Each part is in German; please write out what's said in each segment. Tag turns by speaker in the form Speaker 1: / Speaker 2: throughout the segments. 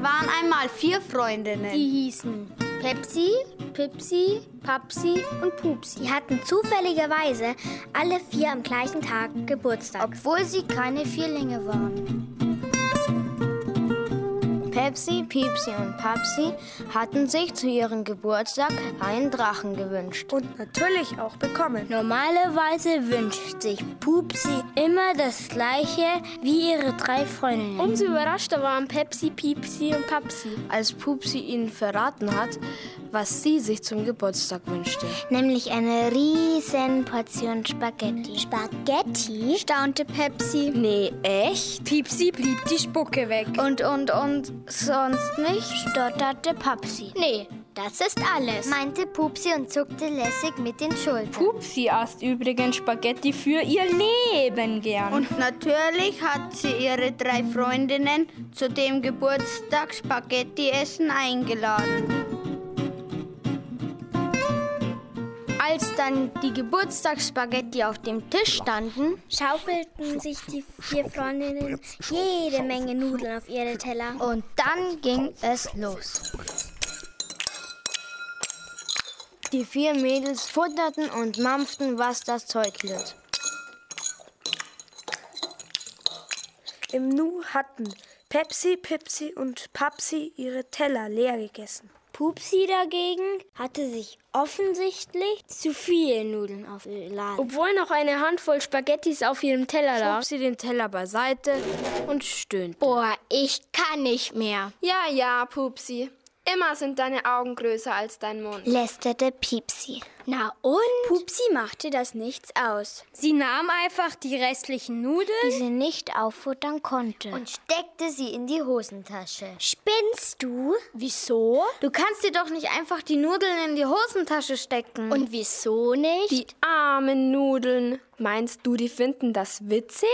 Speaker 1: mal vier Freundinnen.
Speaker 2: Die hießen Pepsi, Pipsi, Papsi und Pupsi.
Speaker 3: Die hatten zufälligerweise alle vier am gleichen Tag Geburtstag.
Speaker 2: Obwohl sie keine Vierlinge waren.
Speaker 4: Pepsi, Pipsi und Papsi hatten sich zu ihrem Geburtstag einen Drachen gewünscht.
Speaker 5: Und natürlich auch bekommen.
Speaker 6: Normalerweise wünscht sich Pupsi immer das Gleiche wie ihre drei Freundinnen.
Speaker 2: Umso überraschter waren Pepsi, Pipsi und Papsi.
Speaker 4: Als Pupsi ihnen verraten hat, was sie sich zum Geburtstag wünschte.
Speaker 3: Nämlich eine riesen Portion Spaghetti.
Speaker 1: Spaghetti? staunte Pepsi.
Speaker 4: Nee, echt?
Speaker 5: Pipsi blieb die Spucke weg.
Speaker 4: Und, und, und sonst nicht? stotterte Papsi.
Speaker 2: Nee, das ist alles,
Speaker 3: meinte Pupsi und zuckte lässig mit den Schultern.
Speaker 7: Pupsi aß übrigens Spaghetti für ihr Leben gern.
Speaker 1: Und natürlich hat sie ihre drei Freundinnen zu dem Geburtstag Spaghetti-Essen eingeladen.
Speaker 4: Als dann die Geburtstagsspaghetti auf dem Tisch standen,
Speaker 3: schaufelten sich die vier Freundinnen jede Menge Nudeln auf ihre Teller.
Speaker 4: Und dann ging es los. Die vier Mädels futterten und mampften, was das Zeug hielt.
Speaker 5: Im Nu hatten Pepsi, Pipsi und Papsi ihre Teller leer gegessen.
Speaker 6: Pupsi dagegen hatte sich offensichtlich zu viele Nudeln aufgeladen.
Speaker 2: Obwohl noch eine Handvoll Spaghettis auf ihrem Teller lag.
Speaker 4: Schob sie den Teller beiseite und stöhnte.
Speaker 2: Boah, ich kann nicht mehr.
Speaker 8: Ja, ja, Pupsi. Immer sind deine Augen größer als dein Mund.
Speaker 3: lästerte Piepsi.
Speaker 2: Na und?
Speaker 6: Pupsi machte das nichts aus.
Speaker 7: Sie nahm einfach die restlichen Nudeln
Speaker 4: Die sie nicht auffuttern konnte.
Speaker 3: Und steckte sie in die Hosentasche.
Speaker 2: Spinnst du?
Speaker 4: wieso?
Speaker 1: Du kannst dir doch nicht einfach die Nudeln in die Hosentasche stecken.
Speaker 2: Und wieso nicht?
Speaker 8: Die armen Nudeln. Meinst du, die finden das witzig?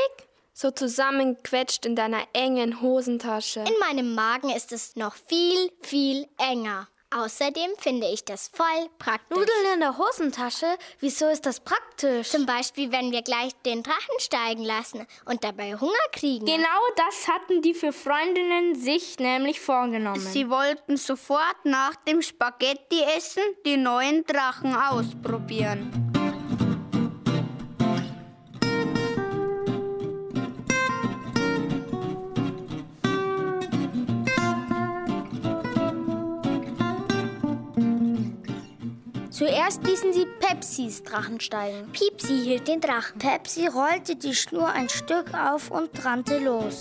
Speaker 8: So zusammengequetscht in deiner engen Hosentasche.
Speaker 2: In meinem Magen ist es noch viel, viel enger. Außerdem finde ich das voll praktisch.
Speaker 4: Nudeln in der Hosentasche? Wieso ist das praktisch?
Speaker 2: Zum Beispiel, wenn wir gleich den Drachen steigen lassen und dabei Hunger kriegen.
Speaker 7: Genau das hatten die vier Freundinnen sich nämlich vorgenommen.
Speaker 1: Sie wollten sofort nach dem Spaghetti-Essen die neuen Drachen ausprobieren.
Speaker 2: Zuerst ließen sie Pepsis Drachen steigen.
Speaker 3: Piepsi hielt den Drachen.
Speaker 4: Pepsi rollte die Schnur ein Stück auf und rannte los.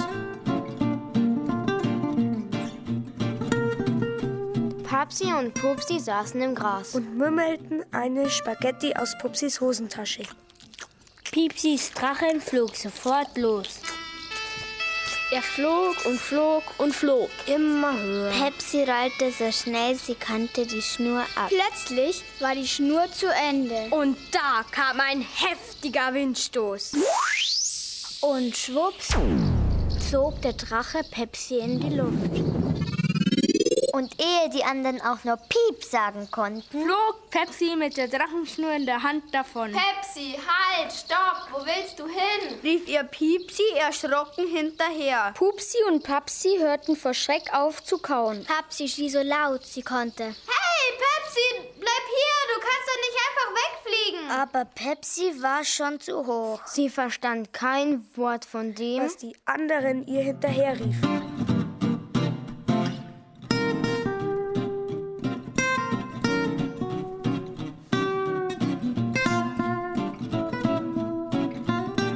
Speaker 4: Papsi und Pupsi saßen im Gras.
Speaker 5: Und mümmelten eine Spaghetti aus Pupsis Hosentasche.
Speaker 6: Piepsis Drachen flog sofort los.
Speaker 2: Er flog und flog und flog. Immer höher.
Speaker 3: Pepsi rollte so schnell sie konnte die Schnur ab. Oh
Speaker 2: Plötzlich war die Schnur zu Ende.
Speaker 7: Und da kam ein heftiger Windstoß.
Speaker 6: Und schwupps zog der Drache Pepsi in die Luft.
Speaker 3: Und ehe die anderen auch nur Piep sagen konnten,
Speaker 7: Flog Pepsi mit der Drachenschnur in der Hand davon.
Speaker 8: Pepsi, halt, stopp, wo willst du hin?
Speaker 1: rief ihr Piepsi erschrocken hinterher.
Speaker 2: Pupsi und Papsi hörten vor Schreck auf zu kauen.
Speaker 3: Papsi schrie so laut sie konnte.
Speaker 8: Hey, Pepsi, bleib hier, du kannst doch nicht einfach wegfliegen.
Speaker 3: Aber Pepsi war schon zu hoch.
Speaker 4: Sie verstand kein Wort von dem,
Speaker 5: Was die anderen ihr hinterherriefen.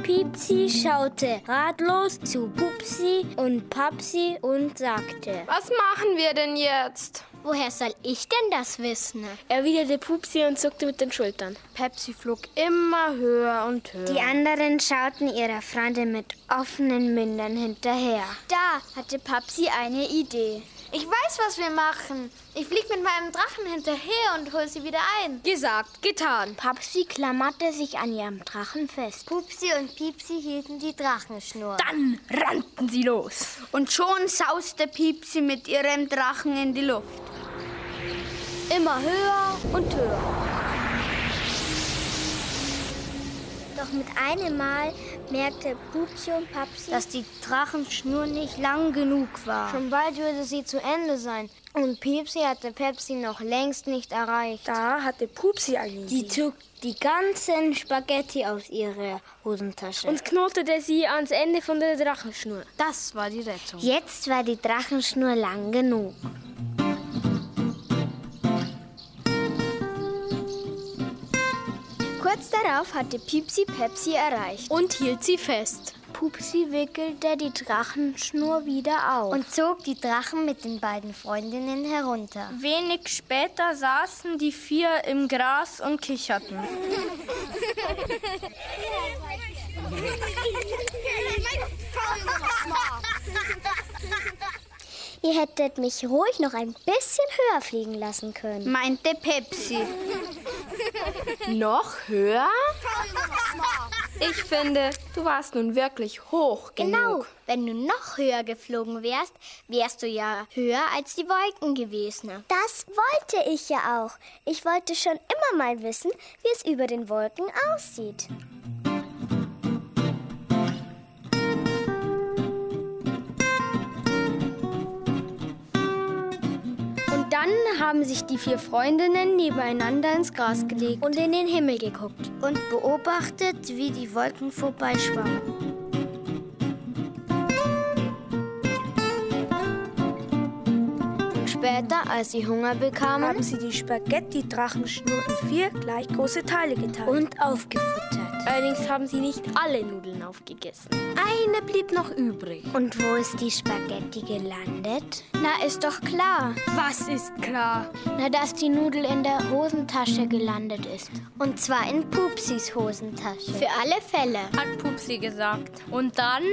Speaker 6: Piepsi schaute ratlos zu Pupsi und Papsi und sagte,
Speaker 8: Was machen wir denn jetzt?
Speaker 2: Woher soll ich denn das wissen?
Speaker 8: Erwiderte Pupsi und zuckte mit den Schultern.
Speaker 4: Pepsi flog immer höher und höher.
Speaker 3: Die anderen schauten ihrer Freundin mit offenen Mündern hinterher.
Speaker 2: Da hatte Papsi eine Idee.
Speaker 3: Ich weiß, was wir machen. Ich flieg mit meinem Drachen hinterher und hol sie wieder ein.
Speaker 7: Gesagt, getan.
Speaker 6: Papsi klammerte sich an ihrem Drachen fest.
Speaker 3: Pupsi und Piepsi hielten die Drachenschnur.
Speaker 7: Dann rannten sie los.
Speaker 1: Und schon sauste Piepsi mit ihrem Drachen in die Luft.
Speaker 2: Immer höher und höher.
Speaker 3: Doch mit einem Mal
Speaker 9: merkte Pupsi und Papsi,
Speaker 4: dass die Drachenschnur nicht lang genug
Speaker 7: Ah.
Speaker 4: war. Schon bald würde sie zu Ende sein. Und Pepsi hatte Pepsi noch längst nicht erreicht.
Speaker 5: Da hatte Pupsi eine Idee.
Speaker 3: Sie zog die ganzen Spaghetti aus ihrer Hosentasche.
Speaker 10: Und knotete sie ans Ende von der Drachenschnur.
Speaker 4: Das war die Rettung.
Speaker 3: jetzt war die Drachenschnur lang genug.
Speaker 7: Kurz darauf hatte Pipsi Pepsi erreicht
Speaker 10: Und hielt sie fest.
Speaker 7: Pupsi wickelte die Drachenschnur wieder auf.
Speaker 3: Und zog die Drachen mit den beiden Freundinnen herunter.
Speaker 10: Wenig später saßen die vier im Gras und kicherten.
Speaker 7: Ihr hättet mich ruhig noch ein bisschen höher fliegen lassen können.
Speaker 1: meinte Pepsi.
Speaker 8: Noch höher? Ich finde, du warst nun wirklich hoch
Speaker 7: Genau,
Speaker 8: genug.
Speaker 7: wenn du noch höher geflogen wärst, wärst du ja höher als die Wolken gewesen.
Speaker 11: Das wollte ich ja auch. Ich wollte schon immer mal wissen, wie es über den Wolken aussieht.
Speaker 3: Und dann haben sich die vier Freundinnen nebeneinander ins Gras gelegt und in den Himmel geguckt.
Speaker 4: Und beobachtet, wie die Wolken vorbeischwammen. Und Später, als sie Hunger bekamen,
Speaker 5: haben sie die Spaghetti-Drachenschnur in vier gleich große Teile geteilt.
Speaker 3: Und aufgefuttert.
Speaker 10: Allerdings haben sie nicht alle Nudeln aufgegessen.
Speaker 3: Eine blieb noch übrig.
Speaker 11: Und wo ist die Spaghetti gelandet?
Speaker 3: Na, ist doch klar.
Speaker 10: Was ist klar?
Speaker 11: Na, dass die Nudel in der Hosentasche gelandet ist.
Speaker 3: Und zwar in Pupsis Hosentasche.
Speaker 7: Für alle Fälle.
Speaker 10: Hat Pupsi gesagt. Und dann?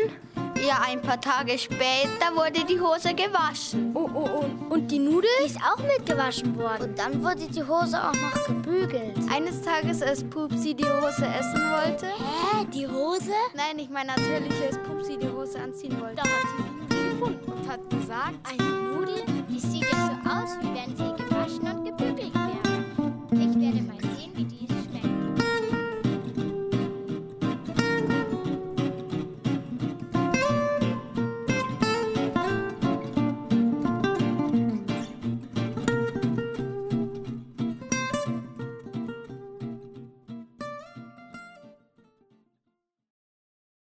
Speaker 1: Ja, ein paar Tage später wurde die Hose gewaschen.
Speaker 3: Oh, oh, oh. Und die Nudel?
Speaker 11: Ist auch mitgewaschen worden.
Speaker 3: Und dann wurde die Hose auch noch gebügelt.
Speaker 1: Genau. Eines Tages, als Pupsi die Hose essen wollte.
Speaker 3: Hä, die Hose?
Speaker 1: Nein, ich meine natürlich, als Pupsi die Hose anziehen wollte. Da hat sie die Nudel gefunden und hat gesagt,
Speaker 3: Eine Nudel?